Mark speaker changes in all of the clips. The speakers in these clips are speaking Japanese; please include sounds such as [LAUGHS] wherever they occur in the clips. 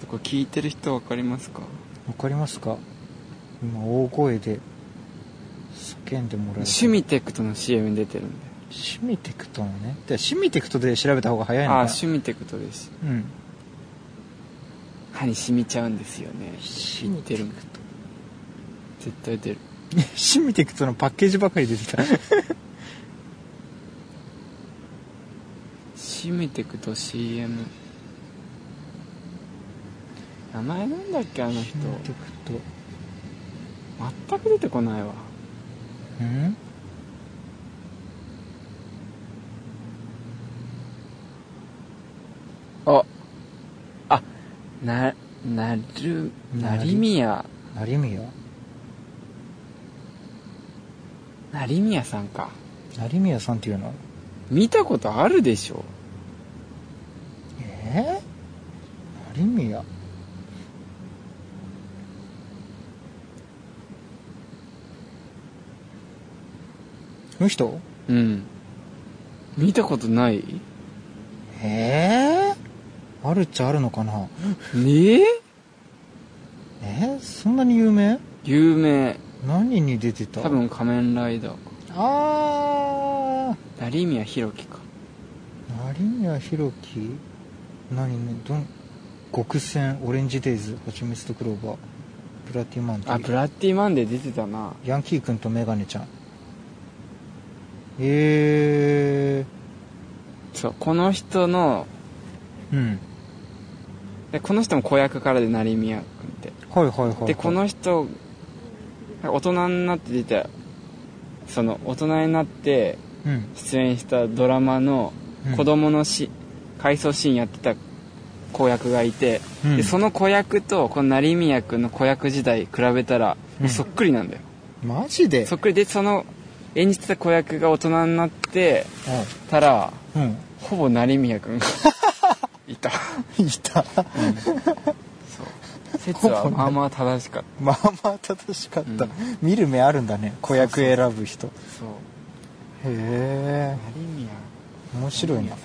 Speaker 1: とこれ聞いてる人わかりますか
Speaker 2: わかりますか今大声で叫んでもらえる
Speaker 1: シュミテクトの CM に出てるんで
Speaker 2: シミテクトのねでシミテクトで調べた方が早いのかな
Speaker 1: ああシュミテクトです
Speaker 2: うん
Speaker 1: 歯に染みちゃうんですよね
Speaker 2: シ
Speaker 1: ミ
Speaker 2: [LAUGHS]
Speaker 1: テクト絶対出る
Speaker 2: シミテクトのパッケージばかり出てた
Speaker 1: シュミテクト CM 名前なんだっけあの
Speaker 2: シ
Speaker 1: 人
Speaker 2: ミテクト
Speaker 1: 全く出てこないわ
Speaker 2: うん
Speaker 1: ああななる
Speaker 2: な
Speaker 1: な
Speaker 2: り
Speaker 1: りみや
Speaker 2: 成宮
Speaker 1: 成宮さんか
Speaker 2: 成宮さんっていうの
Speaker 1: 見たことあるでしょ
Speaker 2: えー、成宮この人
Speaker 1: うん見たことない
Speaker 2: えー、あるっちゃあるのかな
Speaker 1: えー、
Speaker 2: えー、そんなに有名
Speaker 1: 有名
Speaker 2: 何に出てた
Speaker 1: 多分仮面ライダーか
Speaker 2: あ
Speaker 1: 成宮宏樹か
Speaker 2: あ成宮弘樹何ねどん極戦オレンジデイズハチミツとクローバープラティマンティ
Speaker 1: あブラッディマンデー出てたな
Speaker 2: ヤンキー君とメガネちゃんえ
Speaker 1: そうこの人の
Speaker 2: ー、うん
Speaker 1: でこの人も子役からで成宮君って
Speaker 2: はいはいはいはい
Speaker 1: でこの人大人になって出てその大人になって
Speaker 2: うん
Speaker 1: 出演したドラマの
Speaker 2: うん
Speaker 1: 子供のし、回想シーンやってた子役がいて、
Speaker 2: うん
Speaker 1: でその子役とこの成宮君の子役時代比べたら、
Speaker 2: うん
Speaker 1: そっくりなんだよ
Speaker 2: マジで
Speaker 1: そっくりでその演じてた子役が大人になってたら
Speaker 2: うんうん
Speaker 1: ほぼ成宮君 [LAUGHS] が [LAUGHS] いた
Speaker 2: いた
Speaker 1: そう説はまあまあ正しかっ
Speaker 2: [LAUGHS] まあまあ正しかった、
Speaker 1: うん
Speaker 2: 見る目あるんだね子役選ぶ人へ
Speaker 1: たそう
Speaker 2: え
Speaker 1: 成宮
Speaker 2: 面白いな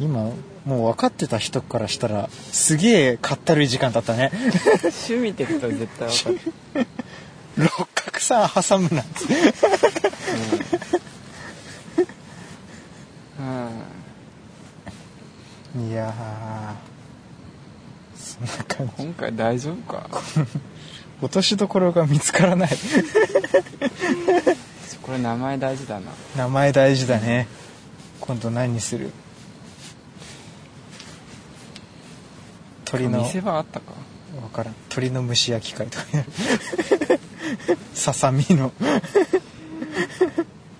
Speaker 2: 今もう分かってた人からしたらすげえかったるい時間だったね [LAUGHS]
Speaker 1: 趣味ってことは絶対分 [LAUGHS] かる
Speaker 2: 六角さん挟むなんて
Speaker 1: うん
Speaker 2: いやーそんな感じ
Speaker 1: 今回大丈夫か
Speaker 2: 落としどころが見つからない
Speaker 1: これ名前大事だな
Speaker 2: 名前大事だね今度何にする鳥の
Speaker 1: 見せ場あったか
Speaker 2: わからん鳥の蒸し焼き会とか [LAUGHS] やるささみの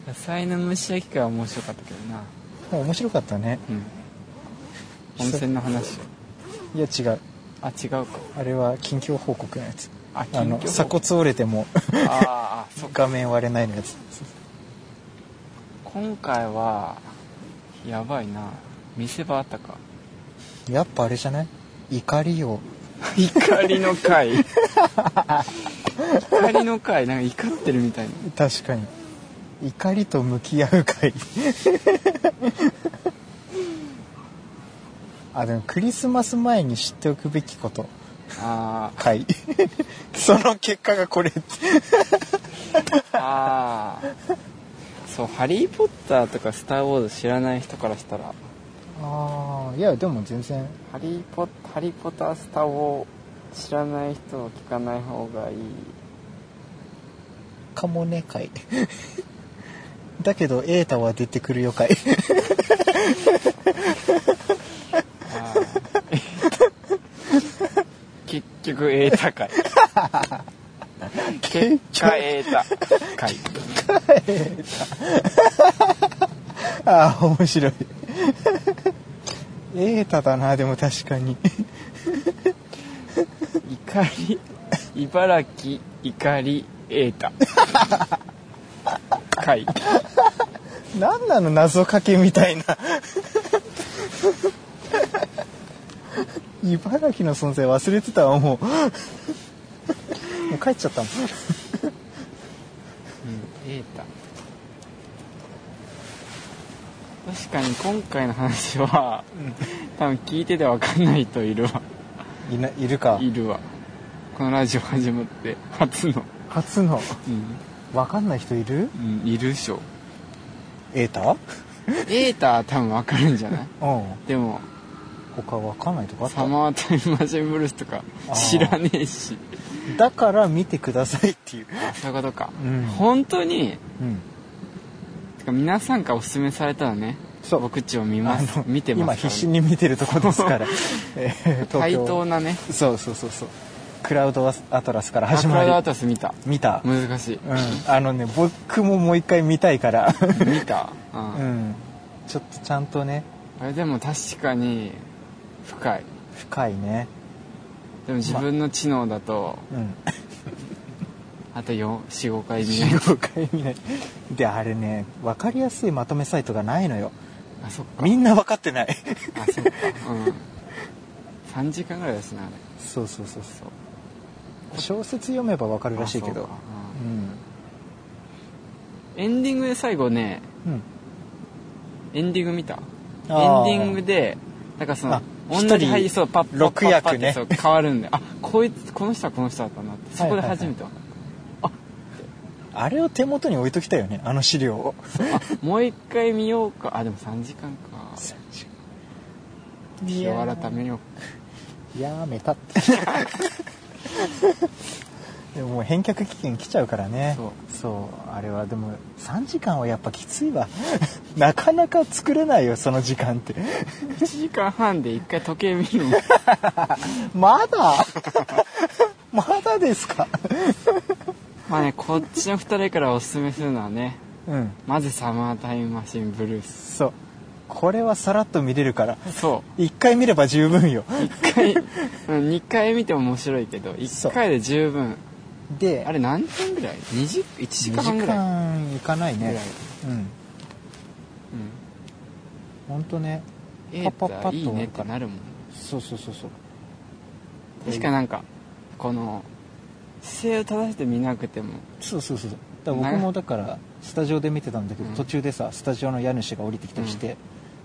Speaker 1: 野菜の蒸し焼き会は面白かったけどな
Speaker 2: 面白かったね
Speaker 1: うん温泉の話
Speaker 2: いや違う
Speaker 1: あ違うか
Speaker 2: あれは近況報告のやつ
Speaker 1: あ
Speaker 2: あの
Speaker 1: 近況
Speaker 2: 鎖骨折れても [LAUGHS]
Speaker 1: あーあそっか
Speaker 2: 画面割れないのやつ
Speaker 1: 今回はやばいな見せ場あったか [LAUGHS]
Speaker 2: やっぱあれじゃない怒りを
Speaker 1: 怒りの会怒りの会なんか怒ってるみたいな
Speaker 2: 確かに怒りと向き合う会 [LAUGHS] あでもクリスマス前に知っておくべきこと
Speaker 1: あー
Speaker 2: 会 [LAUGHS] その結果がこれ
Speaker 1: あーそう「ハリー・ポッター」とか「スター・ウォーズ」知らない人からしたら
Speaker 2: ああいやでも全然
Speaker 1: ハリーポッ「ハリー・ポッター・スター・を知らない人は聞かない方がいい
Speaker 2: かもね会 [LAUGHS] だけど瑛太は出てくるよ会 [LAUGHS]
Speaker 1: あー結局エータ [LAUGHS] 会結果エータ会
Speaker 2: ああ面白い [LAUGHS] 瑛太だなでも確かに [LAUGHS]
Speaker 1: 怒り [LAUGHS] 茨城怒りエー
Speaker 2: [LAUGHS]
Speaker 1: タ会
Speaker 2: 何なの謎かけみたいな [LAUGHS] 茨城の存在忘れてたわもうもう帰っちゃったもん
Speaker 1: うんエータ確かに今回の話は多分聞いてて分かんない人いるわ
Speaker 2: いないるか
Speaker 1: いるわこのラジオ始まって初の
Speaker 2: 初の
Speaker 1: うん、
Speaker 2: わかんない人いる
Speaker 1: うん、いるでしょ
Speaker 2: エータ
Speaker 1: エータは多分分かるんじゃない
Speaker 2: うん
Speaker 1: でも
Speaker 2: 他わかんないとこあっ
Speaker 1: サ
Speaker 2: た
Speaker 1: マータイムマシンブルースとか
Speaker 2: あー
Speaker 1: 知らねえし
Speaker 2: だから見てくださいっていう
Speaker 1: そういうことか、
Speaker 2: うん
Speaker 1: 本当に
Speaker 2: うん
Speaker 1: てか皆さんからおすすめされたらね
Speaker 2: そう
Speaker 1: 僕っちを見ま
Speaker 2: あ
Speaker 1: す
Speaker 2: の
Speaker 1: 見て
Speaker 2: 今
Speaker 1: ますから、ね、
Speaker 2: 必死に見てるとこで
Speaker 1: [LAUGHS]
Speaker 2: すからえー
Speaker 1: 対等なね
Speaker 2: そうそうそうそうクラウドアトラスから
Speaker 1: ア
Speaker 2: 始
Speaker 1: ク
Speaker 2: ま
Speaker 1: ラ
Speaker 2: り
Speaker 1: ドアトラス見た
Speaker 2: 見た、うん、
Speaker 1: 難しい
Speaker 2: あのね僕ももう一回見たいから、
Speaker 1: 見た、うん
Speaker 2: うん、ちょっとちゃんとね
Speaker 1: あれでも確かに深い
Speaker 2: 深いね
Speaker 1: でも自分の知能だと、
Speaker 2: うん
Speaker 1: あと45回見
Speaker 2: [LAUGHS]
Speaker 1: ない
Speaker 2: 45回見ないであれね分かりやすいまとめサイトがないのよ
Speaker 1: あそっか
Speaker 2: みんな分かってない
Speaker 1: あそっかうん3時間ぐらいですねあれ
Speaker 2: そうそうそうそう小説読めば分かるらしいけ
Speaker 1: あ
Speaker 2: ど
Speaker 1: そうか
Speaker 2: う
Speaker 1: うんエンディングで最後ね
Speaker 2: んうん
Speaker 1: エンディング見たエンデ
Speaker 2: あー
Speaker 1: ィングでなんかその
Speaker 2: あ
Speaker 1: 同
Speaker 2: 一
Speaker 1: じ
Speaker 2: 人
Speaker 1: 俳優そうパッパッパッ
Speaker 2: 六
Speaker 1: パッ
Speaker 2: 役
Speaker 1: って
Speaker 2: ね
Speaker 1: そう変わるんであこいつこの人はこの人だったなってそこで初めて分かっ
Speaker 2: あれを手元に置いときたいよねあの資料を
Speaker 1: たそうあもう一回見ようかあでも3時間か日を改めようか
Speaker 2: やめたって
Speaker 1: [LAUGHS]
Speaker 2: でももう返却期限来ちゃうからね
Speaker 1: そう
Speaker 2: そうあれはでも3時間はやっぱきついわ [LAUGHS] なかなか作れないよその時間って [LAUGHS]
Speaker 1: 1時間半で1回時計見るの
Speaker 2: まだ [LAUGHS] まだですか
Speaker 1: まあねこっちの2人からおすすめするのはね
Speaker 2: うん
Speaker 1: まずサマータイムマシンブルース
Speaker 2: そうこれはさらっと見れるから
Speaker 1: そ
Speaker 2: 1回見れば十分よ
Speaker 1: う1回2回見ても面白いけど1回で十分
Speaker 2: で
Speaker 1: あれ何分ぐらい20 1時間半ぐ
Speaker 2: 2時
Speaker 1: らい
Speaker 2: 間いかない
Speaker 1: ぐらい
Speaker 2: ねうん本当ね
Speaker 1: うん、エ
Speaker 2: パッパッ
Speaker 1: ー
Speaker 2: パ
Speaker 1: タ
Speaker 2: ッと
Speaker 1: いいねってなるもん
Speaker 2: そうそうそうそう
Speaker 1: 確かなんかこの姿勢を正して見なくても
Speaker 2: そうそうそうだから僕もだからスタジオで見てたんだけど、
Speaker 1: うん
Speaker 2: 途中でさスタジオの家主が降りてきたりして、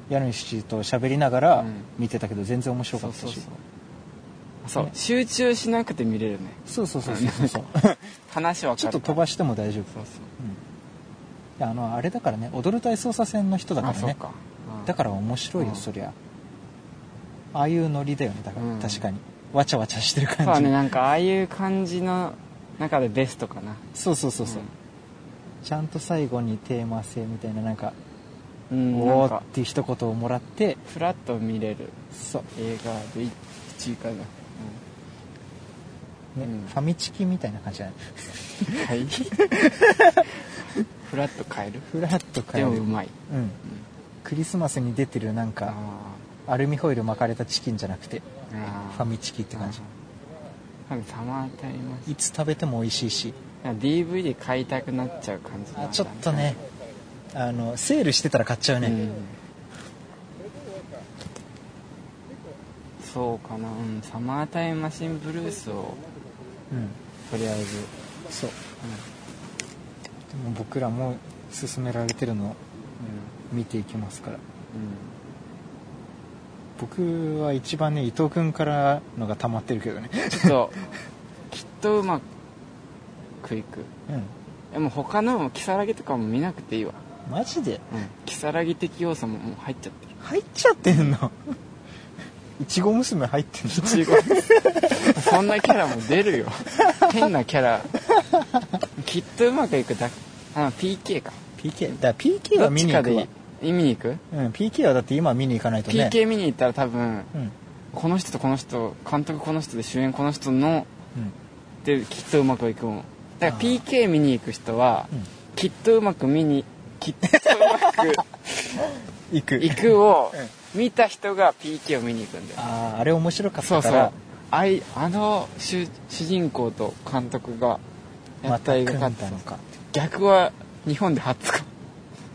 Speaker 2: 家主と喋りながら
Speaker 1: うん
Speaker 2: 見てたけど全然面白かったし、
Speaker 1: そうそうそうそう
Speaker 2: ね
Speaker 1: 集中しなくて見れるね
Speaker 2: そうそうそうそうそうそう
Speaker 1: [LAUGHS] 話は
Speaker 2: ちょっと飛ばしても大丈夫
Speaker 1: そうそう
Speaker 2: うんであのあれだからね踊る大捜査線の人だから
Speaker 1: あそう
Speaker 2: ね
Speaker 1: か、うん
Speaker 2: だから面白いよ、
Speaker 1: うん
Speaker 2: そりゃああいうノリだよねだから、
Speaker 1: うん
Speaker 2: 確かにわちゃわちゃしてる
Speaker 1: そう
Speaker 2: 感
Speaker 1: だ
Speaker 2: じ
Speaker 1: ねなんかああいう感じの中でベストかな
Speaker 2: そうそうそうそう、
Speaker 1: うん
Speaker 2: ちゃんと最後にテーマ性みたいななんか
Speaker 1: うんな
Speaker 2: お
Speaker 1: ん
Speaker 2: ーっ
Speaker 1: か
Speaker 2: ていう一言をもらって
Speaker 1: フラッと見れる
Speaker 2: そう
Speaker 1: 映画でい一位かな、
Speaker 2: ね
Speaker 1: うん
Speaker 2: ファミチキみたいな感じじゃない
Speaker 1: うん、はいフラッと変える
Speaker 2: ふらっと帰
Speaker 1: で
Speaker 2: る
Speaker 1: もうまい、
Speaker 2: うんクリスマスに出てるなん
Speaker 1: あ
Speaker 2: かアルミホイル巻かれたチキンじゃなくて
Speaker 1: ーあ
Speaker 2: ファミチキって感じ
Speaker 1: あーなんかたまたります
Speaker 2: いつ食べても美味しいし
Speaker 1: なんか DVD 買いたくなっちゃう感じなん
Speaker 2: あ
Speaker 1: だ
Speaker 2: ちょっとねあのセールしてたら買っちゃうね、
Speaker 1: うんそうかなうんサマータイムマシンブルースを
Speaker 2: うん
Speaker 1: とりあえず
Speaker 2: そう、でも僕らも勧められてるのを見ていきますか
Speaker 1: う
Speaker 2: ら
Speaker 1: ん、うん
Speaker 2: 僕は一番ね伊藤君からのが溜まってるけどね、
Speaker 1: ちょっと [LAUGHS] きっとうまくいく
Speaker 2: うん、
Speaker 1: でも他のも如月とかも見なくていいわ
Speaker 2: マジで
Speaker 1: うん如月的要素ももう入っちゃってる
Speaker 2: 入っちゃってん
Speaker 1: [LAUGHS]
Speaker 2: のいちご娘入ってんの [LAUGHS]
Speaker 1: そんなキャラも出るよ変なキャラきっとうまくいくだけあ PK か
Speaker 2: PK だから PK
Speaker 1: ど
Speaker 2: は
Speaker 1: っ
Speaker 2: 見
Speaker 1: ち
Speaker 2: に
Speaker 1: か
Speaker 2: 行く
Speaker 1: でい
Speaker 2: わ
Speaker 1: い見に行く、
Speaker 2: うん、PK はだって今見に行かないとね
Speaker 1: PK 見に行ったら多分
Speaker 2: うんうん
Speaker 1: この人とこの人監督この人で主演この人のできっとうまくいくもんだから
Speaker 2: あ
Speaker 1: PK 見に行く人は、
Speaker 2: うん
Speaker 1: きっとうまく見にきっとうまく
Speaker 2: [LAUGHS] 行く
Speaker 1: 行くを見た人が PK を見に行くんだよ
Speaker 2: あああれ面白かっ
Speaker 1: そ
Speaker 2: た
Speaker 1: うそ
Speaker 2: か
Speaker 1: う
Speaker 2: ら
Speaker 1: あいあの主主人公と監督がや
Speaker 2: ま
Speaker 1: ったた映
Speaker 2: 組
Speaker 1: 画
Speaker 2: ん
Speaker 1: だ
Speaker 2: だ
Speaker 1: った
Speaker 2: のか
Speaker 1: 逆は日本で初かも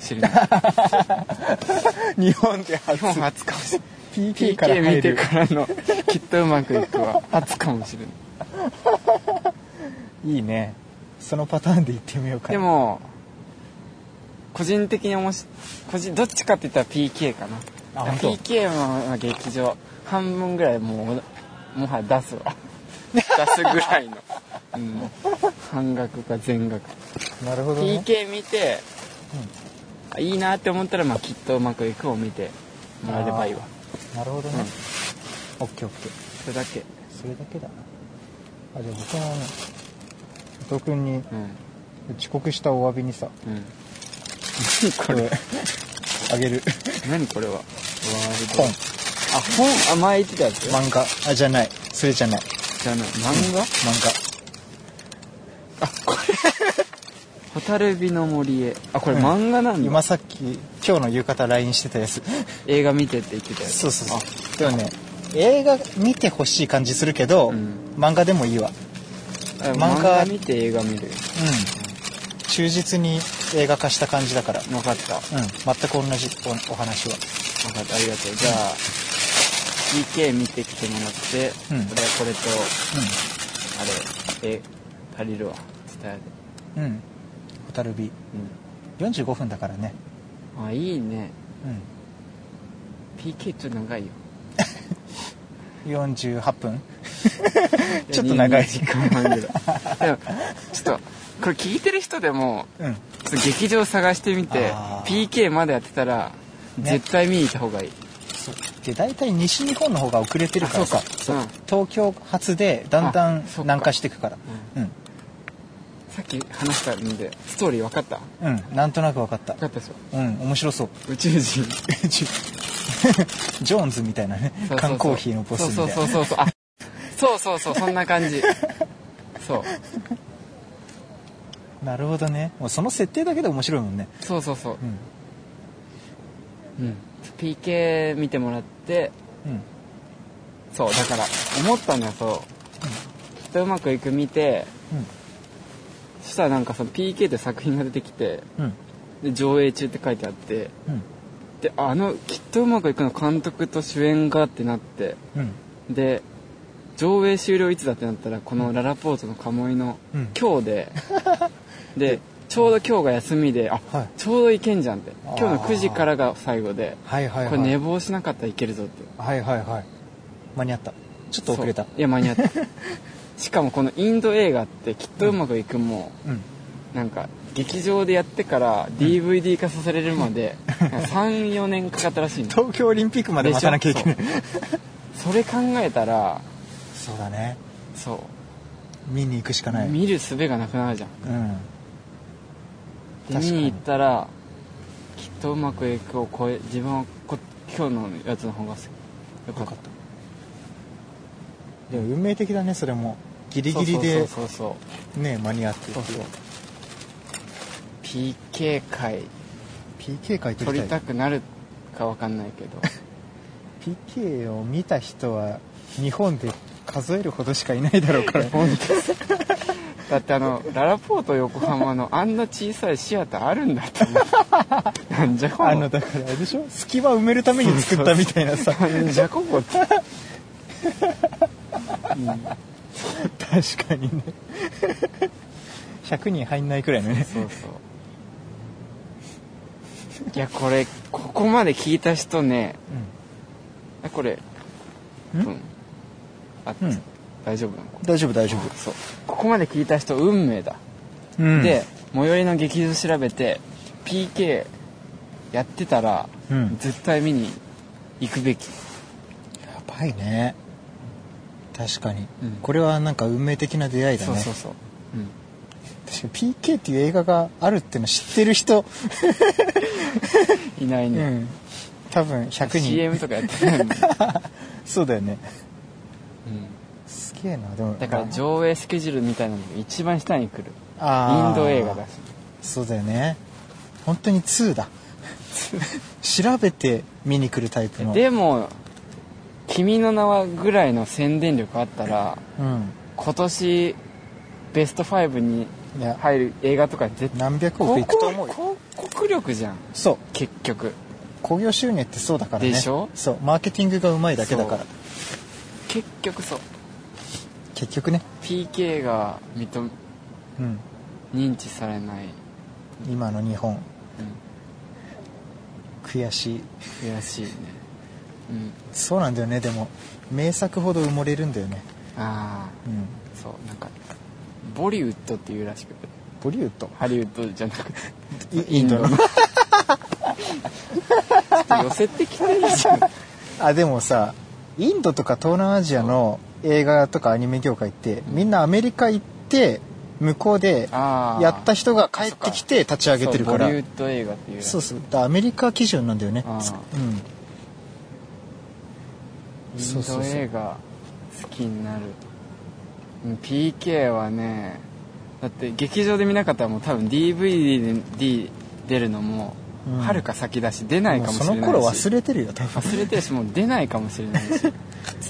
Speaker 1: しれない
Speaker 2: [LAUGHS] 日本で
Speaker 1: 日
Speaker 2: 初
Speaker 1: 本初かもしれない
Speaker 2: PK から
Speaker 1: PK 見
Speaker 2: 入
Speaker 1: て
Speaker 2: る
Speaker 1: からのきっとうまくいくは初かもしれない
Speaker 2: いいねそのパターンで行ってみようかな
Speaker 1: でも個人的に面白個人どっちかって言ったら PK かな
Speaker 2: あ本当
Speaker 1: PK の劇場半分ぐらいもうもはや出すわ出すぐらい [LAUGHS] の、うん、半額か全額
Speaker 2: なるほどね
Speaker 1: PK 見て、あいいなって思ったら、まあ、きっとうまくいくを見てもらえればいいわ
Speaker 2: なるほどね
Speaker 1: うん
Speaker 2: オッケーオッケー
Speaker 1: それだけ
Speaker 2: それだけだなあじゃあ僕もね伊藤君に
Speaker 1: うん
Speaker 2: 遅刻したお詫びにさ
Speaker 1: うん何 [LAUGHS] これ
Speaker 2: あげる
Speaker 1: 何これはワールド
Speaker 2: 本
Speaker 1: あ本あ前言ってたやつ、
Speaker 2: 漫画あじゃないそれじゃない
Speaker 1: じゃあね漫画
Speaker 2: 漫画
Speaker 1: 「蛍火の森へ」あこれ
Speaker 2: うん
Speaker 1: 漫画なんだ、
Speaker 2: 今さっき今日の夕方 LINE してたやつ
Speaker 1: 映画見てって言ってたやつ
Speaker 2: そうそうそうでもね映画見てほしい感じするけど、
Speaker 1: うん
Speaker 2: 漫画でもいいわ
Speaker 1: あ漫
Speaker 2: 漫画
Speaker 1: 画見て映画見る
Speaker 2: うん忠実に映画化した感じだからうん
Speaker 1: 分かった分
Speaker 2: 全く同じおお話は
Speaker 1: かったありがとうじゃあ PK 見てきてもらって、
Speaker 2: うん
Speaker 1: 俺はこれとあれえ借りるわ伝えて
Speaker 2: うんうん蛍火45分だからね
Speaker 1: うんあいいね
Speaker 2: う
Speaker 1: PK ちょっと長いよ
Speaker 2: ん48分ちょっと長い
Speaker 1: 2時間半ぐらいでもちょっとこれ聞いてる人でも
Speaker 2: うん
Speaker 1: ちょっと劇場探してみて
Speaker 2: あー
Speaker 1: PK までやってたら
Speaker 2: ね
Speaker 1: 絶対見に行った方がいい、
Speaker 2: そうで大体西日本の方が遅れてるからさ
Speaker 1: あそうか
Speaker 2: 東京発でだんだ
Speaker 1: あ
Speaker 2: ん
Speaker 1: そっか
Speaker 2: 南下していくからうん
Speaker 1: さっき話したんでストーリー分かった分
Speaker 2: うんなんとなく分かった
Speaker 1: かったでしょ
Speaker 2: うん面白そう
Speaker 1: 宇宙人
Speaker 2: [LAUGHS] ジョーンズみたいなね
Speaker 1: そうそうそう
Speaker 2: 缶コーヒーのボスみたいな
Speaker 1: そうそうそうそうあそうそうそうそんな感じそう
Speaker 2: なるほどねもうその設定だけで面白いもんね
Speaker 1: そうそうそう
Speaker 2: う、ん
Speaker 1: うん、PK 見てもらって
Speaker 2: うん
Speaker 1: そうだから思ったんだそうきっとうまくいく見てそしたらなんかその PK って作品が出てきて
Speaker 2: うんう
Speaker 1: で
Speaker 2: ん
Speaker 1: 上映中って書いてあって
Speaker 2: うん
Speaker 1: であのきっとうまくいくの監督と主演がってなって
Speaker 2: うん
Speaker 1: で上映終了いつだってなったらこのララポートの鴨居の
Speaker 2: うん
Speaker 1: 今日
Speaker 2: [LAUGHS]
Speaker 1: ででちょうど今日が休みであ、
Speaker 2: はい
Speaker 1: ちょうど行けんじゃんって
Speaker 2: あー
Speaker 1: 今日の9時からが最後で
Speaker 2: はいはい
Speaker 1: これ
Speaker 2: はい
Speaker 1: 寝坊しなかったらいけるぞって
Speaker 2: はいはいはい間に合ったちょっと遅れた
Speaker 1: そういや間に合った [LAUGHS] しかもこのインド映画ってきっとうまくいくも、
Speaker 2: うん
Speaker 1: なんか劇場でやってから DVD 化させれるまで34年かかったらしいの
Speaker 2: 東京オリンピックまで待たなきゃいけない
Speaker 1: でしそれ考えたら
Speaker 2: そうだね
Speaker 1: そ
Speaker 2: 見に行くしか
Speaker 1: う、
Speaker 2: ない
Speaker 1: 見る術がなくなるじゃん
Speaker 2: うん
Speaker 1: で
Speaker 2: 確
Speaker 1: 見
Speaker 2: かに
Speaker 1: に行ったらきっとうまくいくを超え自分はこ今日のやつの方がよかっ
Speaker 2: よか
Speaker 1: た
Speaker 2: ったでも運命的だねそれもギリギリで
Speaker 1: そうそう
Speaker 2: ね間に合って
Speaker 1: そうそうそうそう PK 回
Speaker 2: PK 書いて
Speaker 1: 撮り
Speaker 2: みた
Speaker 1: た
Speaker 2: い
Speaker 1: くなるかわかんないけど
Speaker 2: PK を見た人は日本で数えるほどしかいないだろうから本
Speaker 1: だってあのララポート横浜のあんな小さいシアターあるんだって思
Speaker 2: [LAUGHS]
Speaker 1: うなんじゃこ
Speaker 2: 当あの
Speaker 1: の
Speaker 2: だからあれでしょ隙間埋めるために作ったみたいなさ
Speaker 1: なんじゃここって
Speaker 2: [LAUGHS] 確かに [LAUGHS] ね100人入んないくらいのね
Speaker 1: そうそういやこれここまで聞いた人ねあこれ
Speaker 2: ん
Speaker 1: うんあ、
Speaker 2: うん
Speaker 1: 大丈夫なのこ
Speaker 2: 大丈夫大丈
Speaker 1: れそうここまで聞いた人運命だ、
Speaker 2: 夫、うん、
Speaker 1: で最寄りの劇場調べて PK やってたら、
Speaker 2: うん
Speaker 1: 絶対見に行くべき
Speaker 2: やばいね確かに、
Speaker 1: うん
Speaker 2: これはなんか運命的な出会いだね
Speaker 1: そうそうそう、うん、
Speaker 2: 確かに PK っていう映画があるっての知ってる人、
Speaker 1: いないね、
Speaker 2: うん多分100人
Speaker 1: CM とかやってないもん、
Speaker 2: そうだよね
Speaker 1: うん、
Speaker 2: すげえなでも
Speaker 1: だから上映スケジュールみたいなのが一番下に来る
Speaker 2: あ
Speaker 1: イ
Speaker 2: ー
Speaker 1: ンド映画だし
Speaker 2: そうだよね本当に2だ調べて見に来るタイプの
Speaker 1: でも「君の名は」ぐらいの宣伝力あったら
Speaker 2: うん
Speaker 1: 今年ベスト5に
Speaker 2: いや
Speaker 1: 入る映画とか絶対
Speaker 2: 何百億
Speaker 1: 広
Speaker 2: いくと思うよ
Speaker 1: 告広告力じゃん
Speaker 2: そう
Speaker 1: 結局
Speaker 2: 興行収入ってそうだからね
Speaker 1: でしょ
Speaker 2: そうマーケティングがうまいだけだから
Speaker 1: そう結局そう
Speaker 2: 結局ね、
Speaker 1: PK が認め
Speaker 2: うん、
Speaker 1: 認知されない、
Speaker 2: 今の日本
Speaker 1: うん
Speaker 2: 悔しい
Speaker 1: 悔しいねうん
Speaker 2: そうなんだよねでも名作ほど埋もれるんだよね
Speaker 1: あ
Speaker 2: うん
Speaker 1: あそうなんかボリウッドっていうらしくて
Speaker 2: ボリュート
Speaker 1: ハリウッドじゃなくて
Speaker 2: イインドの
Speaker 1: ちょっと寄せてきてるじゃん
Speaker 2: あでもさインドとか東南アジアの映画とかアニメ業界ってみんなアメリカ行って向こうで
Speaker 1: ああ
Speaker 2: やった人が帰ってきて立ち上げてるか
Speaker 1: そう
Speaker 2: ら
Speaker 1: ボリウッド映画っていうらしい
Speaker 2: そうそうだからアメリカ基準なんだよね
Speaker 1: ああ
Speaker 2: つうん
Speaker 1: イ
Speaker 2: そう
Speaker 1: ン
Speaker 2: そうそう
Speaker 1: ド映画好きになるうん PK はねだって劇場で見なかったらもう多分 DVD で出るのも
Speaker 2: うん
Speaker 1: はるか先だし出ないかもしれないし、
Speaker 2: もうその頃忘れてるよ多分
Speaker 1: 忘れてるしもう出ないかもしれない
Speaker 2: [LAUGHS]
Speaker 1: し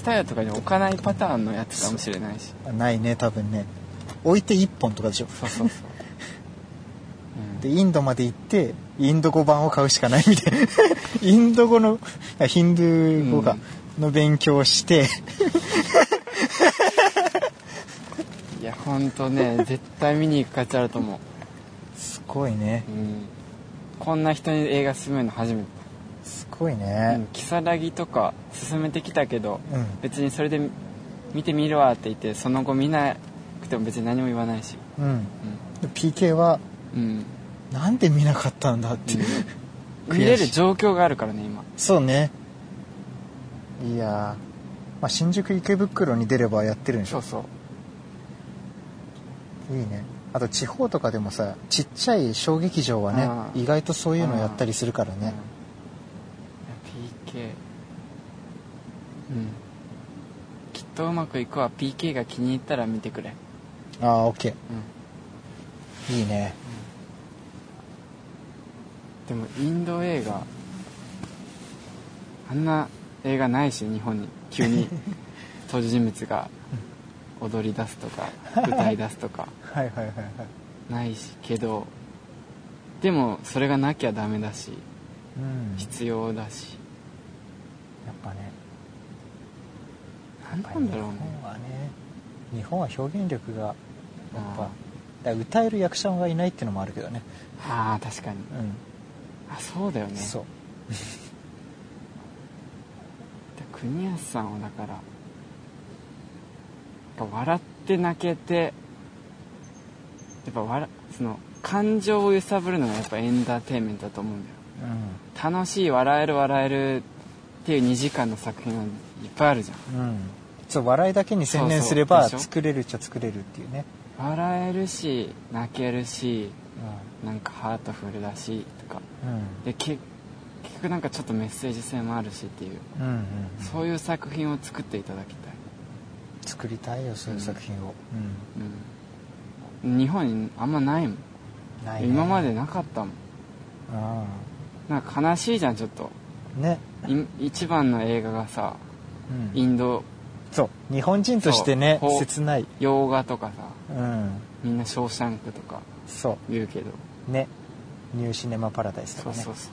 Speaker 1: TSUTAYA とかに置かないパターンのやつかもしれないし
Speaker 2: ないね多分ね置いて1本とかでしょ
Speaker 1: そうそうそう、うん
Speaker 2: [LAUGHS] でインドまで行ってインド語版を買うしかないみたいな [LAUGHS] インド語のあヒンドゥー語か、の勉強をして
Speaker 1: いやほんとね絶対見に行く価値あると思
Speaker 2: すごいね
Speaker 1: う、うん、こんな人に映画勧めるの初めて
Speaker 2: すごい
Speaker 1: うん
Speaker 2: ね、
Speaker 1: 如月とか勧めてきたけど
Speaker 2: うん
Speaker 1: 別にそれで見てみるわって言ってその後見なくても別に何も言わないし
Speaker 2: うん、で PK は
Speaker 1: うん、うん
Speaker 2: なんで見なかったんだって、悔し
Speaker 1: 見
Speaker 2: い
Speaker 1: れる状況があるからね今
Speaker 2: そうねいやー、まあ、新宿池袋に出ればやってるんでし
Speaker 1: そ
Speaker 2: ょ
Speaker 1: うそう
Speaker 2: いいねあと地方とかでもさちっちゃい小劇場はね
Speaker 1: あー
Speaker 2: 意外とそういうのやったりするからね、
Speaker 1: うんいや PK うんきっとうまくいくわ PK が気に入ったら見てくれ
Speaker 2: ああ OK
Speaker 1: うん
Speaker 2: いいね
Speaker 1: でもインド映画あんな映画ないし日本に急に登場人物が踊り出すとか歌い出すとか
Speaker 2: はいはいはいはい
Speaker 1: ないしけどでもそれがなきゃダメだし
Speaker 2: うん
Speaker 1: 必要だし
Speaker 2: やっぱね
Speaker 1: 何なんだろうね
Speaker 2: 日本はね日本は表現力がやっぱ
Speaker 1: あ
Speaker 2: だから歌える役者がいないっていうのもあるけどね
Speaker 1: あー確かに
Speaker 2: う
Speaker 1: あそうだよね
Speaker 2: んそう
Speaker 1: で国安さんはだからやっぱ笑って泣けてやっぱ笑その感情を揺さぶるのがやっぱエンターテインメントだと思うんだよ
Speaker 2: う
Speaker 1: 楽しい笑える笑えるっていう2時間の作品はいっぱいあるじゃん
Speaker 2: んうんそう笑いだけに専念すれ
Speaker 1: そ
Speaker 2: ば
Speaker 1: うそうでしょ
Speaker 2: 作れるっちゃ作れるっていうね
Speaker 1: 笑えるし泣けるしなんかハートフルだしとか
Speaker 2: うん
Speaker 1: でけ結局なんかちょっとメッセージ性もあるしっていう
Speaker 2: うんうん
Speaker 1: そういう作品を作っていただきたい
Speaker 2: 作りたいよそういう作品を
Speaker 1: うん日本にあんまないもん
Speaker 2: うんないね
Speaker 1: 今までなかったもん
Speaker 2: う
Speaker 1: なんか悲しいじゃんちょっと
Speaker 2: んね
Speaker 1: い一番の映画がさ
Speaker 2: うん
Speaker 1: インド
Speaker 2: そう日本人としてね
Speaker 1: そうほう
Speaker 2: 切ない
Speaker 1: 洋画とかさ
Speaker 2: うん
Speaker 1: みんな「ショーシャンク」とか
Speaker 2: そ
Speaker 1: 言うけど
Speaker 2: うねニューシネマパラダイスと
Speaker 1: そう
Speaker 2: かね
Speaker 1: そうそうそ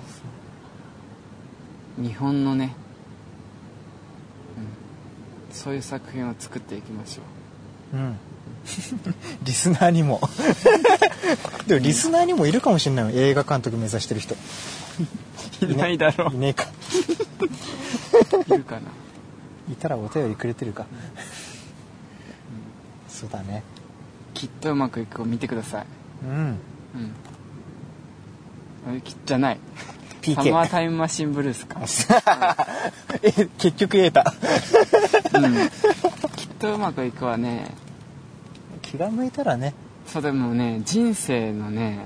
Speaker 1: う日本のね、うん、そういう作品を作っていきましょ
Speaker 2: うん [LAUGHS] リスナーにも [LAUGHS] でもリスナーにもいるかもしれないよ映画監督目指してる人
Speaker 1: ういないだろ
Speaker 2: いねえか
Speaker 1: ういるかない
Speaker 2: たらお便りくれてるかそうだね
Speaker 1: きっとうまくいくを見てください
Speaker 2: うん
Speaker 1: うんあきじゃない
Speaker 2: PK
Speaker 1: サマータイムマシンブルースか、
Speaker 2: [LAUGHS] え結局得た [LAUGHS]
Speaker 1: うん、きっとうまくいくはね
Speaker 2: 気が向いたらね
Speaker 1: そうでもね人生のね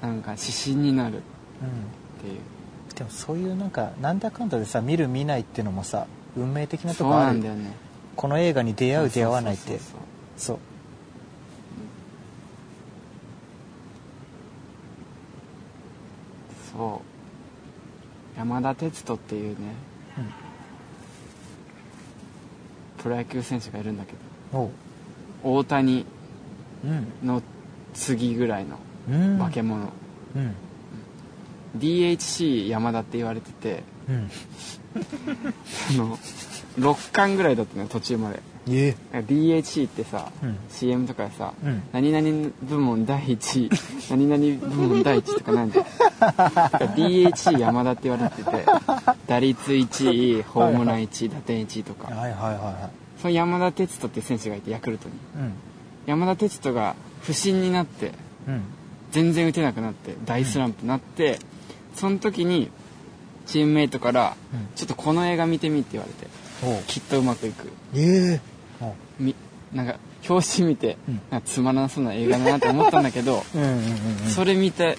Speaker 1: なんか指針になるっ
Speaker 2: うん
Speaker 1: ていう
Speaker 2: でもそういうなんかなんだかんだでさ見る見ないっていうのもさ運命的なと
Speaker 1: そう
Speaker 2: こあ
Speaker 1: な
Speaker 2: る
Speaker 1: んだよね
Speaker 2: この映画に出会う出会わないっ
Speaker 1: そう
Speaker 2: て
Speaker 1: そうそうそう
Speaker 2: そう
Speaker 1: そう山田哲人っていうね、
Speaker 2: うん
Speaker 1: プロ野球選手がいるんだけど
Speaker 2: おう
Speaker 1: 大谷
Speaker 2: うん
Speaker 1: の次ぐらいの
Speaker 2: うん
Speaker 1: 化け物、
Speaker 2: うん
Speaker 1: DHC 山田って言われてて
Speaker 2: うん
Speaker 1: あの6巻ぐらいだったのよ途中まで
Speaker 2: ええ
Speaker 1: なんか DHC ってさ、
Speaker 2: うん
Speaker 1: CM とかでさ、
Speaker 2: うん
Speaker 1: 何々部門第1位何々部門第1位とかなんじゃん DHC 山田って言われてて打率1位ホームラン1位打点1位とか、
Speaker 2: はいはいはいは
Speaker 1: その山田哲人って選手がいてヤクルトに
Speaker 2: いうん
Speaker 1: 山田哲人が不振になって
Speaker 2: うん
Speaker 1: 全然打てなくなって大スランプになって、その時にチームメイトから、
Speaker 2: うん
Speaker 1: ちょっとこの映画見てみ」って言われて
Speaker 2: ほう
Speaker 1: きっとうまくいく
Speaker 2: ええあ
Speaker 1: みなんか表紙見て、
Speaker 2: うん
Speaker 1: なんかつまらなそうな映画だなって思ったんだけど
Speaker 2: うんうんうんうん
Speaker 1: それ見て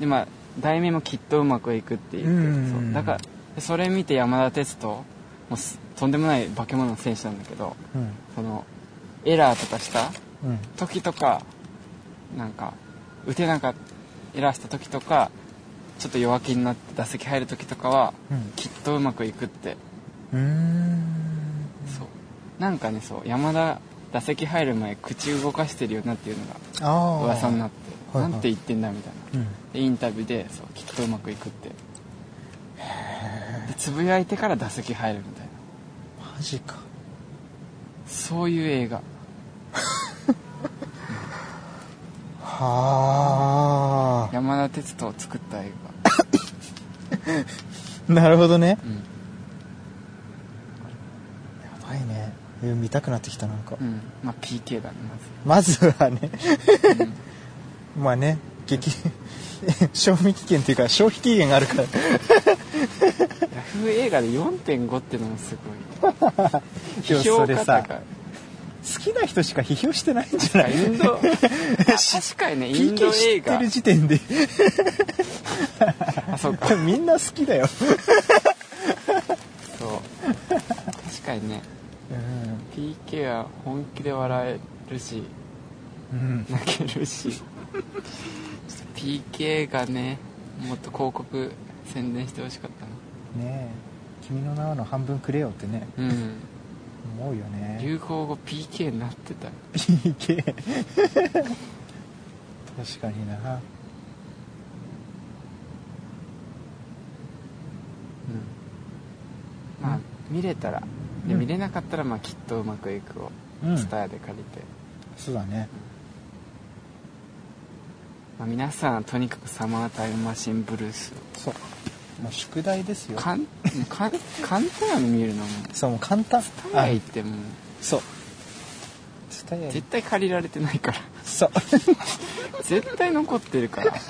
Speaker 1: でまあ題名も「きっとうまくいく」って言って、
Speaker 2: うんうんうん
Speaker 1: そうだからそれ見て山田哲人もうすとんでもない化け物の選手なんだけど
Speaker 2: うん
Speaker 1: そのエラーとかした
Speaker 2: うん
Speaker 1: 時とかなんか打てなかったエラーした時とかちょっと弱気になって打席入る時とかは
Speaker 2: うん
Speaker 1: きっとうまくいくって
Speaker 2: うーん
Speaker 1: そうなんかねそう山田打席入る前口動かしてるよなっていうの
Speaker 2: ああ
Speaker 1: が噂になって、
Speaker 2: はいはい
Speaker 1: なんて言ってんだみたいな
Speaker 2: うん
Speaker 1: でインタビューでそうきっとうまくいくってでつぶやいてから打席入るみたいな
Speaker 2: マジか
Speaker 1: そういう映画
Speaker 2: は
Speaker 1: 山田哲人を作った映
Speaker 2: あなるほどね
Speaker 1: 画うん
Speaker 2: やばいねえ見たくなってきたなんか、
Speaker 1: うんまあ PK だねまず
Speaker 2: まずはね [LAUGHS] まあね激賞味期限っていうか消費期限があるから
Speaker 1: ヤフー映画で4.5ってのもすごい
Speaker 2: いや
Speaker 1: 批評
Speaker 2: そ
Speaker 1: 家
Speaker 2: れ
Speaker 1: と
Speaker 2: さ
Speaker 1: か
Speaker 2: 好きな人しか批評してないんじゃない
Speaker 1: イン
Speaker 2: [LAUGHS]
Speaker 1: ドあ確かにねインド
Speaker 2: PK 知
Speaker 1: 映
Speaker 2: って
Speaker 1: 画
Speaker 2: る時
Speaker 1: [LAUGHS]
Speaker 2: 点で
Speaker 1: あそうか
Speaker 2: みんな好きだよ、
Speaker 1: そう確かにね PK は本気で笑えるし
Speaker 2: うん、
Speaker 1: 泣けるしちょっと PK がねもっと広告宣伝してほしかった
Speaker 2: ねえ「君の名は」の半分くれよってね
Speaker 1: なうん
Speaker 2: 思うよね
Speaker 1: 流行語 PK になってた
Speaker 2: PK 確かにな
Speaker 1: うんまあ見れたらで
Speaker 2: うん
Speaker 1: 見れなかったらまあきっとうまくいくを
Speaker 2: うん
Speaker 1: スタヤで借りて、
Speaker 2: そうだね
Speaker 1: まあ、皆さんとにかくサマータイムマシンブルース
Speaker 2: そうもう宿題です
Speaker 1: を
Speaker 2: よ
Speaker 1: かんかん [LAUGHS] 簡単やの見るのも
Speaker 2: そうもう簡単
Speaker 1: スタヤ行っても
Speaker 2: そうスタイ
Speaker 1: 絶対借りられてないから
Speaker 2: そう確
Speaker 1: 絶対残ってるから
Speaker 2: か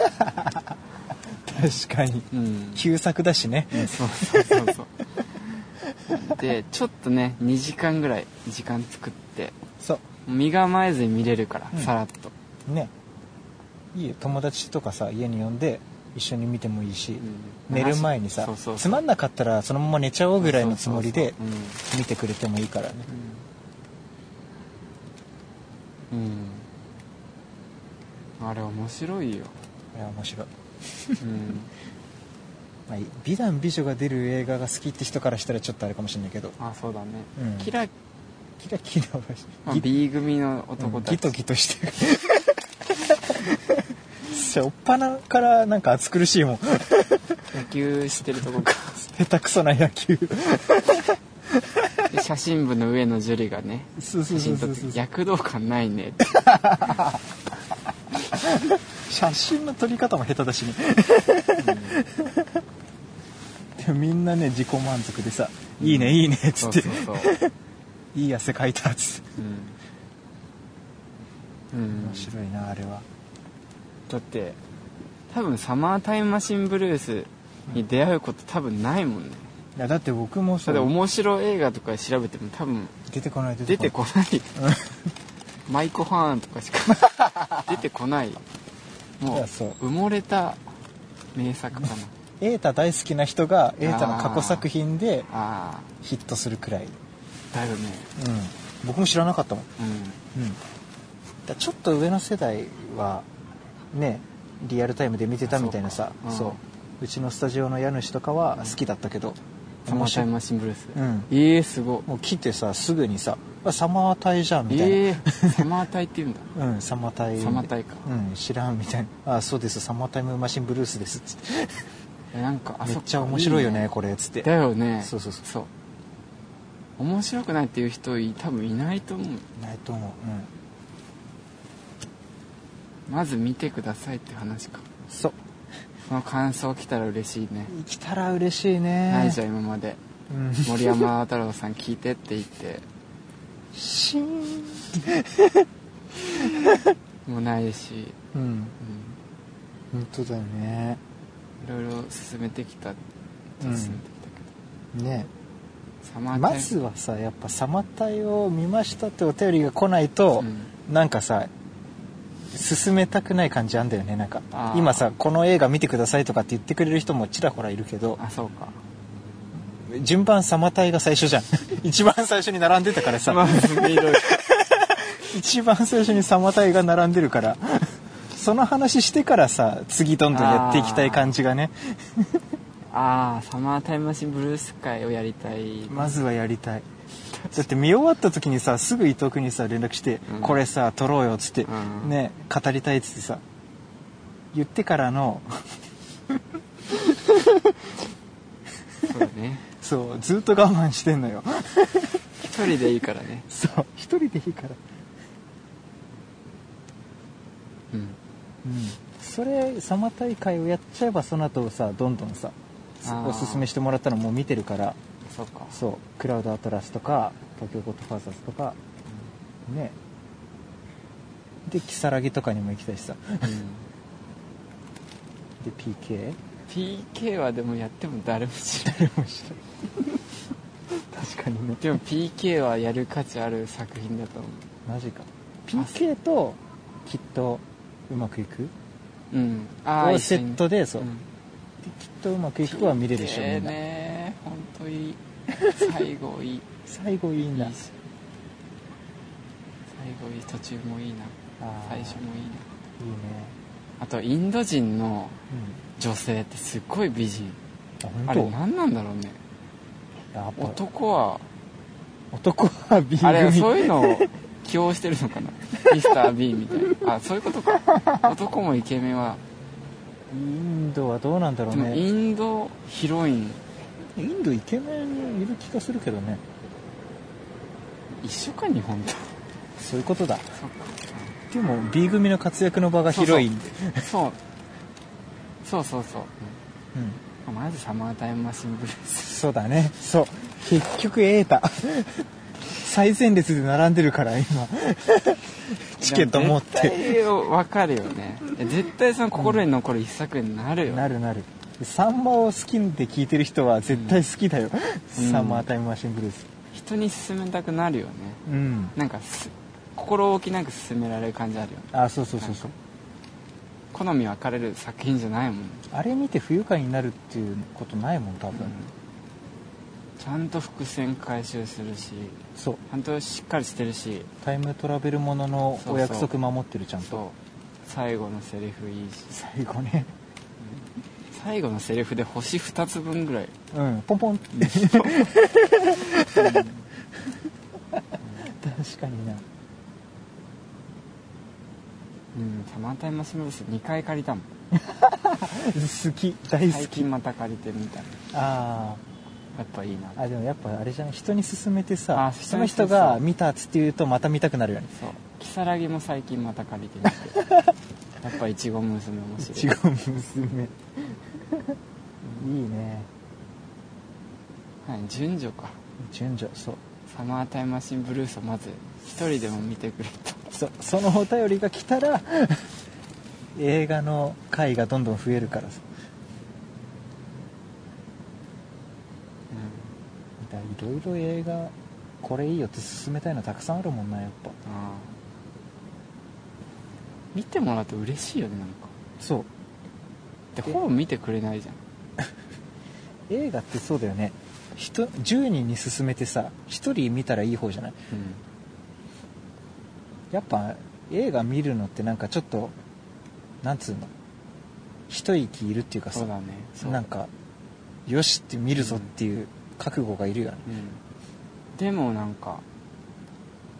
Speaker 2: に
Speaker 1: うん
Speaker 2: 旧作だしね
Speaker 1: そうそうそうそう [LAUGHS] でちょっとね2時間ぐらい時間作って
Speaker 2: そ
Speaker 1: 身構えずに見れるから、
Speaker 2: うん
Speaker 1: さらっと、
Speaker 2: うねいいよ友達とかさ家に呼んで一緒に見てもいいし、
Speaker 1: うん
Speaker 2: 寝る前にさ
Speaker 1: そうそうそう
Speaker 2: つまんなかったらそのまま寝ちゃおうぐらいのつもりで
Speaker 1: そうそうそう
Speaker 2: 見てくれてもいいからね
Speaker 1: うん、うんあれ面白いよ、
Speaker 2: これは面白い、
Speaker 1: うん、
Speaker 2: まあいい、美男美女が出る映画が好きって人からしたらちょっとあれかもしれないけど
Speaker 1: あそうだね、
Speaker 2: うん
Speaker 1: キラ、
Speaker 2: キラキラはし
Speaker 1: まあ、
Speaker 2: ギ
Speaker 1: B 組の
Speaker 2: う
Speaker 1: 男
Speaker 2: ん
Speaker 1: た
Speaker 2: ギ
Speaker 1: ち、
Speaker 2: トギトしてる [LAUGHS] しょっぱなからなんか暑苦しいもん
Speaker 1: 野球してるとこか
Speaker 2: 下手くそな野
Speaker 1: [LAUGHS]
Speaker 2: 球
Speaker 1: で写真部の上野樹里がね
Speaker 2: そうそ
Speaker 1: 写
Speaker 2: うそ
Speaker 1: 真撮
Speaker 2: うそ
Speaker 1: っ
Speaker 2: う
Speaker 1: て
Speaker 2: そう
Speaker 1: 躍動感ないねっ
Speaker 2: [LAUGHS]
Speaker 1: て
Speaker 2: 写真の撮り方も下手だしねでみんなね自己満足でさ「いいねいいね」っつ
Speaker 1: そ
Speaker 2: っ
Speaker 1: う
Speaker 2: て
Speaker 1: そうそう
Speaker 2: 「いい汗かいた」っつって
Speaker 1: うん、うん
Speaker 2: 面、白いなあれは
Speaker 1: だって多分サマータイムマシンブルースに出会うこと多分ないもんね
Speaker 2: いやだって僕も
Speaker 1: そ
Speaker 2: そ
Speaker 1: れ
Speaker 2: う
Speaker 1: 面白い映画とか調べても多分
Speaker 2: 出てこない
Speaker 1: 出てこないマイコファーンとか
Speaker 2: [LAUGHS]
Speaker 1: しか出てこない
Speaker 2: い
Speaker 1: も
Speaker 2: やそう
Speaker 1: う埋もれた名作かな
Speaker 2: 瑛太大好きな人が瑛太の過去作品で
Speaker 1: あ
Speaker 2: ヒットするくらい、うん、
Speaker 1: あだよね
Speaker 2: 僕も知らなかったもん、
Speaker 1: う
Speaker 2: うん、だからちょっと上の世代はねリアルタイムで見てたみたいなさ
Speaker 1: あ
Speaker 2: そう,、
Speaker 1: そううかうん
Speaker 2: ちのスタジオの家主とかは好きだったけど、
Speaker 1: んサマータイムマシンブルース、
Speaker 2: うん
Speaker 1: ええすごい
Speaker 2: もう来てさすぐにさあ「サマータイじゃん」みたいな、
Speaker 1: ええサマータイって言
Speaker 2: [LAUGHS]
Speaker 1: うんだ
Speaker 2: うん、サマータイ
Speaker 1: サマータイか
Speaker 2: うん、知らんみたいな「あそうですサマータイムマシンブルースです」っつって
Speaker 1: えなんかあ
Speaker 2: め
Speaker 1: そ
Speaker 2: っ
Speaker 1: こ
Speaker 2: ちゃ面白いよね
Speaker 1: ね
Speaker 2: これっつって
Speaker 1: だよね
Speaker 2: そうそうそう
Speaker 1: そう面白くないっていう人い多分いないと思う
Speaker 2: ないと思ううん
Speaker 1: まず見てくださいって話か
Speaker 2: そう
Speaker 1: その感想来たら嬉しいね、
Speaker 2: 来たら嬉しいね
Speaker 1: ないじゃん今まで
Speaker 2: うん
Speaker 1: 森山太郎さん聞いてって言って
Speaker 2: シーン
Speaker 1: もうないし、
Speaker 2: うん
Speaker 1: う
Speaker 2: 本当だよね
Speaker 1: ん、いろいろ進めてきた進
Speaker 2: うん
Speaker 1: めてきたけど、
Speaker 2: ね
Speaker 1: サマー
Speaker 2: まずはさやっぱ「サマタイを見ました」ってお便りが来ないと、なんかさ進めたくない感じあんだよねなんか
Speaker 1: あー
Speaker 2: 今さこの映画見てくださいとかって言ってくれる人もちらほらいるけど
Speaker 1: あそうか
Speaker 2: 順番サマタイが最
Speaker 1: [LAUGHS]
Speaker 2: 初じゃん一番最初に並んでたからさ、
Speaker 1: まあいろいろ
Speaker 2: 一番最初にサマタイが並んでるからその話してからさ次どんどんやっていきたい感じがね
Speaker 1: [LAUGHS] ああサマータイムマシンブルースカイをやりたい、
Speaker 2: まずはやりたいだって見終わった時にさすぐ伊藤君にさ連絡して、
Speaker 1: うん
Speaker 2: これさ撮ろうよっつって、
Speaker 1: うん
Speaker 2: ね語りたいっつってさ言ってからの
Speaker 1: そうね
Speaker 2: そうずっと我慢してんのよ
Speaker 1: 一人でいいからね
Speaker 2: そう一人でいいから
Speaker 1: うん
Speaker 2: うんそれ様大会をやっちゃえばその後さどんどんさす
Speaker 1: あー
Speaker 2: おすすめしてもらったのもう見てるから
Speaker 1: そうか
Speaker 2: そうクラウドアトラスとか東京ゴッドファーザーズとかねで如月とかにも行きたいしさ
Speaker 1: うん
Speaker 2: で PK
Speaker 1: PK はでもやっても誰も知らない
Speaker 2: 面白い確かにね
Speaker 1: でも PK はやる価値ある作品だと思
Speaker 2: マジか PK ときっとうまくいく
Speaker 1: ううんあ
Speaker 2: をセットでそう、
Speaker 1: うん
Speaker 2: できっとうまくいくは見れるでしょ
Speaker 1: PK
Speaker 2: みんな
Speaker 1: ね本当いい最後いい
Speaker 2: 最後いい
Speaker 1: いい
Speaker 2: ん
Speaker 1: し
Speaker 2: だ
Speaker 1: 最後いい途中もいいな
Speaker 2: あー
Speaker 1: 最初もいいない
Speaker 2: いね
Speaker 1: あとインド人の
Speaker 2: う
Speaker 1: 女性ってすっごい美人
Speaker 2: んあ
Speaker 1: あれ
Speaker 2: 本
Speaker 1: 何なんだろうね
Speaker 2: 当やっぱ
Speaker 1: 男は
Speaker 2: 男は B 組
Speaker 1: あれそういうのを起用してるのかなミスター b みたいなあそういうことか男もイケメンは
Speaker 2: インドはどうなんだろ
Speaker 1: で
Speaker 2: う
Speaker 1: もイ
Speaker 2: ね
Speaker 1: ンドヒロイン
Speaker 2: インドイケメンいる気がするけどね
Speaker 1: 一緒か日本と
Speaker 2: そういうことだ
Speaker 1: そっか
Speaker 2: でも B 組の活躍の場が広いんで
Speaker 1: そうそうそうそう
Speaker 2: うん
Speaker 1: うんまずサマータイムマシンブルース
Speaker 2: そうだねそう結局瑛太 [LAUGHS] 最前列で並んでるから今 [LAUGHS] チケット持っ
Speaker 1: で
Speaker 2: て
Speaker 1: も絶対分かるよねいや絶対その心に残る一作になるよ、
Speaker 2: なるなるサンマを好きで聴いてる人は絶対好きだよ、
Speaker 1: うん
Speaker 2: サンマータイムマシンブルース
Speaker 1: 人に勧めたくなるよね
Speaker 2: うん
Speaker 1: なんかす心置きなく勧められる感じあるよね
Speaker 2: あそうそうそうそう
Speaker 1: 好み分かれる作品じゃないもん、
Speaker 2: あれ見て不愉快になるっていうことないもん多分、
Speaker 1: ちゃんと伏線回収するし
Speaker 2: そう
Speaker 1: ちゃんとしっかりしてるし
Speaker 2: タイムトラベルもののお約
Speaker 1: そうそ
Speaker 2: 束守ってるちゃんと
Speaker 1: そう最後のセリフいいし
Speaker 2: 最後ね
Speaker 1: 最後のセリフで星2つ分ぐらい
Speaker 2: うんポンポンって確かにな
Speaker 1: うんたまたまします2回借りたもん
Speaker 2: 好き大好
Speaker 1: 最
Speaker 2: き
Speaker 1: 近また借りてみたいな
Speaker 2: あ
Speaker 1: やっぱいいな
Speaker 2: ーあでもやっぱあれじゃない人に勧めてさ
Speaker 1: あ
Speaker 2: その
Speaker 1: 人
Speaker 2: 人
Speaker 1: に勧めて
Speaker 2: が見たっつって言うとまた見たくなるよね
Speaker 1: そう如月も最近また借りてみて [LAUGHS] やっぱいちご娘面白い
Speaker 2: 違う娘いいね
Speaker 1: はい、順序か
Speaker 2: 順序そう
Speaker 1: サマータイムマシンブルースをまず一人でも見てくれと
Speaker 2: そそのお便りが来たら映画の回がどんどん増えるからさ
Speaker 1: うん
Speaker 2: だいろいろ映画これいいよって勧めたいのたくさんあるもんなやっぱ
Speaker 1: ああ見てもらうと嬉しいよねなんか
Speaker 2: そう
Speaker 1: で本見てくれないじゃん
Speaker 2: 映画ってそうだよね人10人に勧めてさ1人見たらいい方じゃない
Speaker 1: うん
Speaker 2: やっぱ映画見るのってなんかちょっとなんつうの一息いるっていうかさ
Speaker 1: そうだねそう
Speaker 2: なんかよしって見るぞっていう覚悟がいるよね、
Speaker 1: うんでもなんか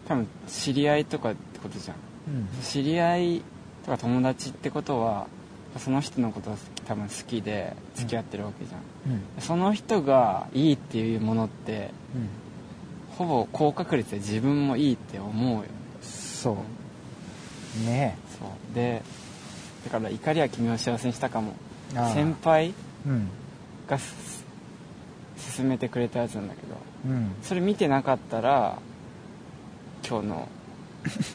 Speaker 1: 多分知り合いとかってことじゃん
Speaker 2: うん
Speaker 1: 知り合いとか友達ってことはその人のこと多分好きで付き合ってるわけじゃん、
Speaker 2: うん
Speaker 1: その人がいいっていうものって
Speaker 2: うん
Speaker 1: ほぼ高確率で自分もいいって思うよね
Speaker 2: そうね
Speaker 1: そうでだから怒りは君を幸せにしたかも
Speaker 2: えああ
Speaker 1: 先輩
Speaker 2: うん
Speaker 1: がす勧めてくれたやつなんだけど
Speaker 2: うん
Speaker 1: それ見てなかったら今日の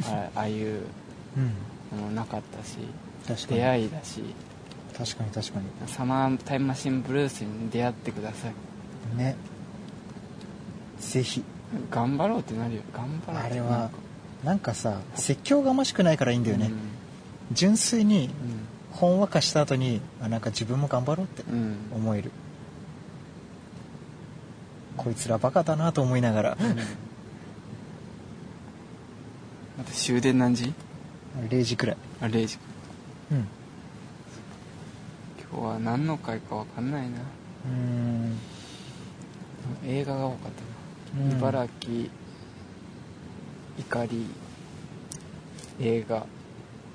Speaker 1: あ [LAUGHS] ああいう
Speaker 2: うん
Speaker 1: のもなかったし
Speaker 2: 確かに
Speaker 1: 出会いだし
Speaker 2: 確かに確か
Speaker 1: サマータイムマシンブルースに出会ってください
Speaker 2: にねぜひ
Speaker 1: 頑張ろうってなるよ頑張ろう
Speaker 2: あ
Speaker 1: って
Speaker 2: れ
Speaker 1: なる
Speaker 2: はなんかさ説教がましくないからいいんだよね、純粋にほんわかした後にあなんか自分も頑張ろうって
Speaker 1: うん、うん
Speaker 2: 思えるこいつらバカだなと思いながら
Speaker 1: また終電何時
Speaker 2: 0時くらい
Speaker 1: あ0時
Speaker 2: うんう
Speaker 1: 今日は何の回か分かんないな
Speaker 2: ーん
Speaker 1: 映画が多かったな、
Speaker 2: うん
Speaker 1: 茨城怒り映画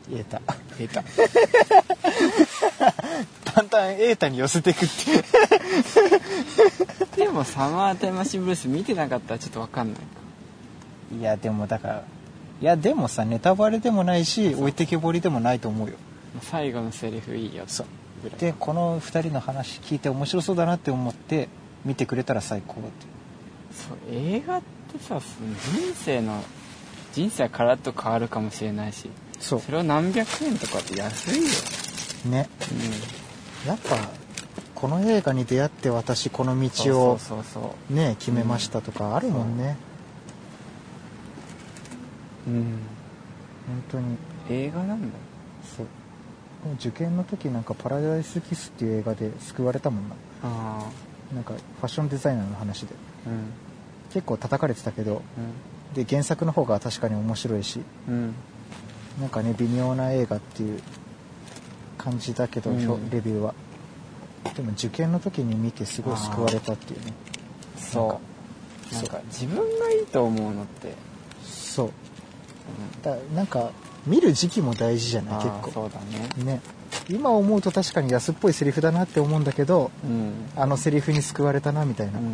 Speaker 2: 言えた
Speaker 1: 出た
Speaker 2: だんだん瑛太に寄せてくって
Speaker 1: [LAUGHS]
Speaker 2: いう
Speaker 1: でもサマータイムマシンブルース見てなかったらちょっと分かんない
Speaker 2: いやでもだからいやでもさネタバレでもないし置いてけぼりでもないと思うよ
Speaker 1: 最後のセリフいいよ
Speaker 2: そう
Speaker 1: ぐらい
Speaker 2: でこの2人の話聞いて面白そうだなって思って見てくれたら最高だって
Speaker 1: そう映画ってさその人生の人生はカラッと変わるかもしれないし
Speaker 2: そ
Speaker 1: それを何百円とかって安いよ、
Speaker 2: うねやっぱこの映画に出会って私この道を
Speaker 1: そうそうそうそ
Speaker 2: ね決めましたとかあるもんね、
Speaker 1: う、うん、
Speaker 2: 本当に
Speaker 1: 映画なんだ
Speaker 2: そうでも受験の時なんか「パラダイスキス」っていう映画で救われたもんな
Speaker 1: あ
Speaker 2: なんかファッションデザイナーの話で
Speaker 1: あうん
Speaker 2: 結構叩かれてたけどで原作の方が確かに面白いし
Speaker 1: うんうん
Speaker 2: なんかね微妙な映画っていう感じだけど、
Speaker 1: うん
Speaker 2: 評レビューはでも受験の時に見てすごい救われたっていうね
Speaker 1: そう
Speaker 2: な
Speaker 1: なんん
Speaker 2: か
Speaker 1: か自分がいいと思うのって、
Speaker 2: そうだなんか見る時期も大事じゃ
Speaker 1: うん
Speaker 2: ない
Speaker 1: あー
Speaker 2: 結構
Speaker 1: そうだね
Speaker 2: ね今思うと確かに安っぽいセリフだなって思うんだけど
Speaker 1: うん
Speaker 2: あのセリフに救われたなみたいな、
Speaker 1: うん、うん、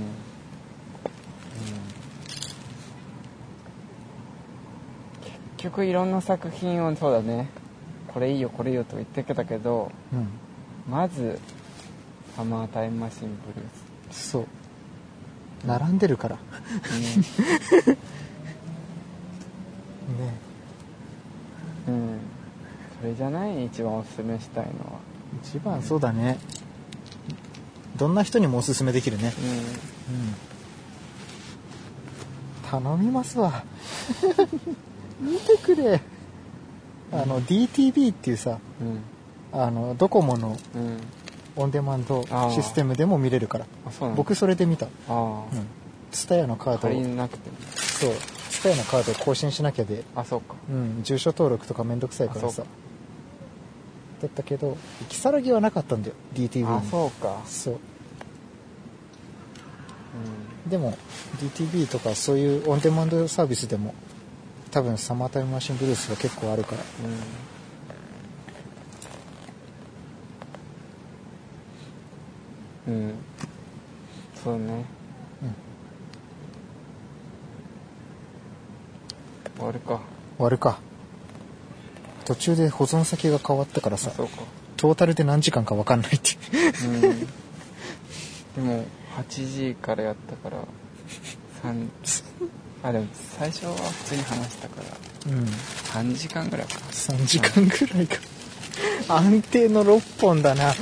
Speaker 1: 結局いろんな作品をそうだねこれいいよこれいいよと言ってきたけど
Speaker 2: うん
Speaker 1: まず「サマータイムマシンブルース」
Speaker 2: そう並んでるからね
Speaker 1: うん、うん、それじゃない一番おすすめしたいのは
Speaker 2: 一番そうだねどんな人にもおすすめできるね、
Speaker 1: う
Speaker 2: 頼みますわ
Speaker 1: [LAUGHS]
Speaker 2: 見てくれあの DTV っていうさ
Speaker 1: んうん
Speaker 2: あのドコモの
Speaker 1: うん
Speaker 2: オンデマンド
Speaker 1: あー
Speaker 2: システムでも見れるから
Speaker 1: あそうなんだ
Speaker 2: 僕それで見た
Speaker 1: ああ、
Speaker 2: ツタヤのカード
Speaker 1: 借り
Speaker 2: を
Speaker 1: なくても
Speaker 2: そうツタヤのカードを更新しなきゃで、
Speaker 1: あそうか
Speaker 2: うん、住所登録とかめんどくさいから
Speaker 1: あそ
Speaker 2: さ
Speaker 1: うか
Speaker 2: だったけど如月はなかったんだよ DTV に
Speaker 1: あそうか
Speaker 2: そう
Speaker 1: う
Speaker 2: でも DTV とかそういうオンデマンドサービスでも多分サマータイムマシンブルースが結構あるから
Speaker 1: んうんうん、そうね
Speaker 2: うん
Speaker 1: 終わるか
Speaker 2: 終わるか途中で保存先が変わったから
Speaker 1: あ
Speaker 2: さ
Speaker 1: そう
Speaker 2: [LAUGHS]
Speaker 1: か
Speaker 2: トータルで何時間か分かんないっていう
Speaker 1: うんでも8時からやったから3あでも最初は普通に話したから
Speaker 2: うん
Speaker 1: 3時間ぐらいか
Speaker 2: 3時間ぐらいか安定の6本だな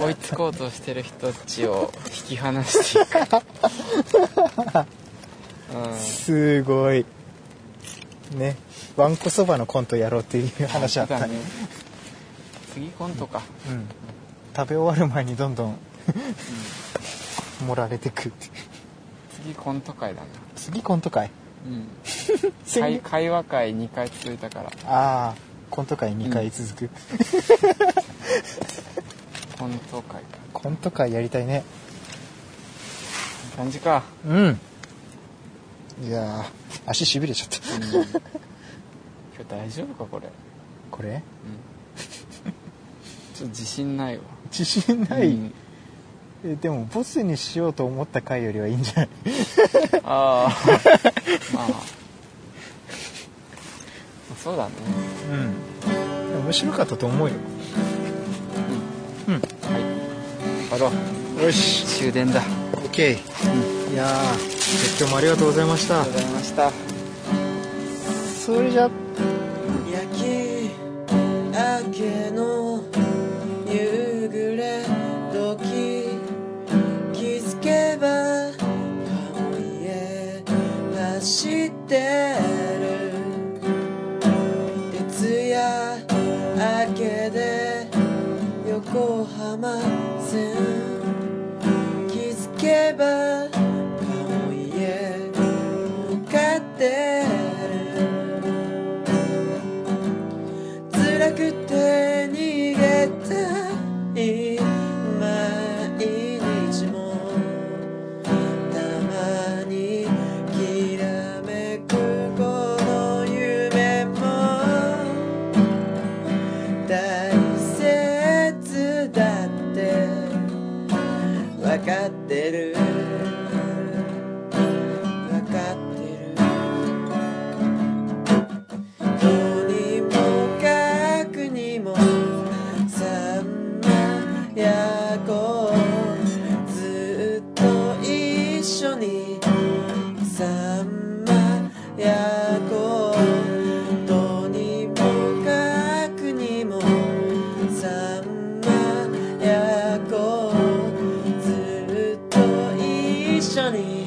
Speaker 1: 追いつこうとしてる人たちを引き離していくう
Speaker 2: すごいねわんこそばのコントやろうっていう話あったね
Speaker 1: 次コントか
Speaker 2: うん食べ終わる前にどんどん [LAUGHS] 盛られてくって
Speaker 1: 次コント会だな
Speaker 2: 次コント会
Speaker 1: うん
Speaker 2: 先
Speaker 1: 会会話会2回続いたから
Speaker 2: ああコント会2回続く、
Speaker 1: コント会か
Speaker 2: コント会やりたいね
Speaker 1: こんな感じか、
Speaker 2: うんいやー足しびれちゃっ
Speaker 1: うん、今日大丈夫かこれ
Speaker 2: たこれ
Speaker 1: ちょっと自信ないわ
Speaker 2: 自信ない、
Speaker 1: うん
Speaker 2: えでもボスにしようと思った回よりはいいんじゃない
Speaker 1: [LAUGHS] ああまあそうだね
Speaker 2: うんでも面白かったと思うようん
Speaker 1: はい終わろ
Speaker 2: よし
Speaker 1: う終電だ
Speaker 2: OK いやー今日もありがとうございまし
Speaker 1: あ
Speaker 2: た
Speaker 1: りがとうございました
Speaker 2: それじゃ
Speaker 3: 焼き明けの夕暮れ時気づけば顔へ走ってる徹夜明けで横浜線気づけば顔へ向かってる辛くて逃げたい毎日もたまにきらめくこの夢も大切だってわかってるわかってるとにもかくにもさんまやこうずっと一緒にさんまやこうとにもかくにもさんまやこうずっと一緒に